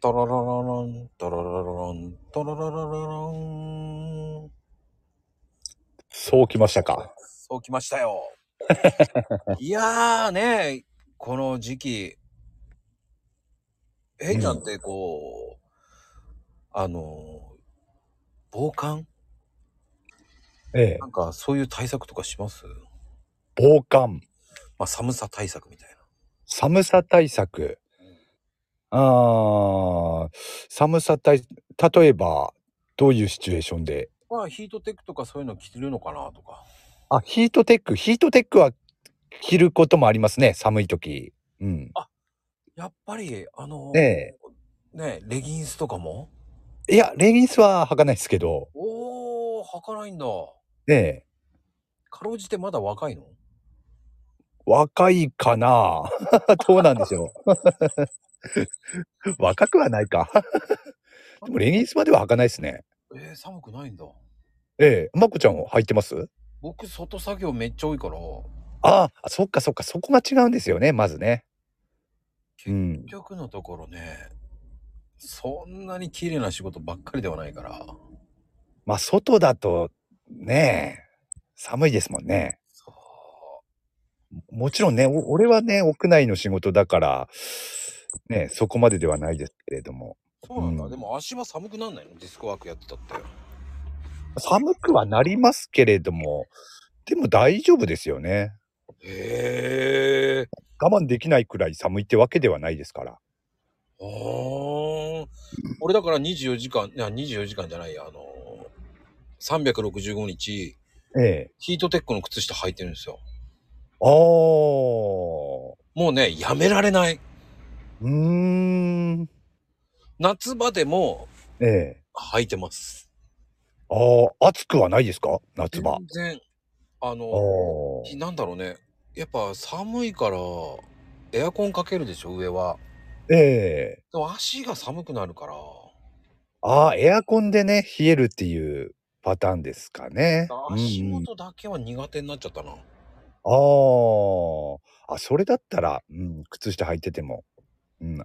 トロロロロン、トロロロロン、トロロロロロン。そうきましたか。そうきましたよ。 いやーね、この時期、ヘイちゃんってこう、あの、防寒ええな。んかそういう対策とかします防寒、まあ寒さ対策みたい寒さ対策。ああ、寒さ対、例えば、どういうシチュエーションで。な。まあヒートテックとかそういうの着てるのかなとか。あ、ヒートテック、ヒートテックは着ることもありますね。寒い時。うん。やっぱり、あの、えね、レギンスとかもいや、レギンスは履かないですけど。おー、履かないんだ。ええ。かろうじてまだ若いの若いかな どうなんでしょう。 若くはないか。でもレギンスまでは履かないですね。えー、寒くないんだ。ええ。まこちゃんは履いてます僕、外作業めっちゃ多いから、ああ、そっかそっか、そこが違うんですよね、まずね。う結ん。局のところね、そんなに綺麗な仕事ばっかりではないから、まあ、外だと、ねえ、寒いですもんね。そうもちろんね、お俺はね、屋内の仕事だから、ねえ、そこまでではないですけれども。そうなんだ、うんでも足は寒くなんないのディスクワークやってたって。寒くはなりますけれども、でも大丈夫ですよね。へえ。我慢できないくらい寒いってわけではないですから。あー俺だから24時間、いや、24時間じゃないや、あのー、365日、ええ。ヒートテックの靴下履いてるんですよ。ああ、うもうね、やめられない。ーん、夏場でもええ。履いてます。ああ、暑くはないですか夏場。全然、あのああー、ひなんだろうねやっぱ寒いからエアコンかけるでしょ上はええ。でも足が寒くなるからああ、エアコンでね、冷えるっていうパターンですかね。うん足うん、元だけは苦手になっちゃったな、ああ、あ、それだったら、うん、靴下履いてても、うん、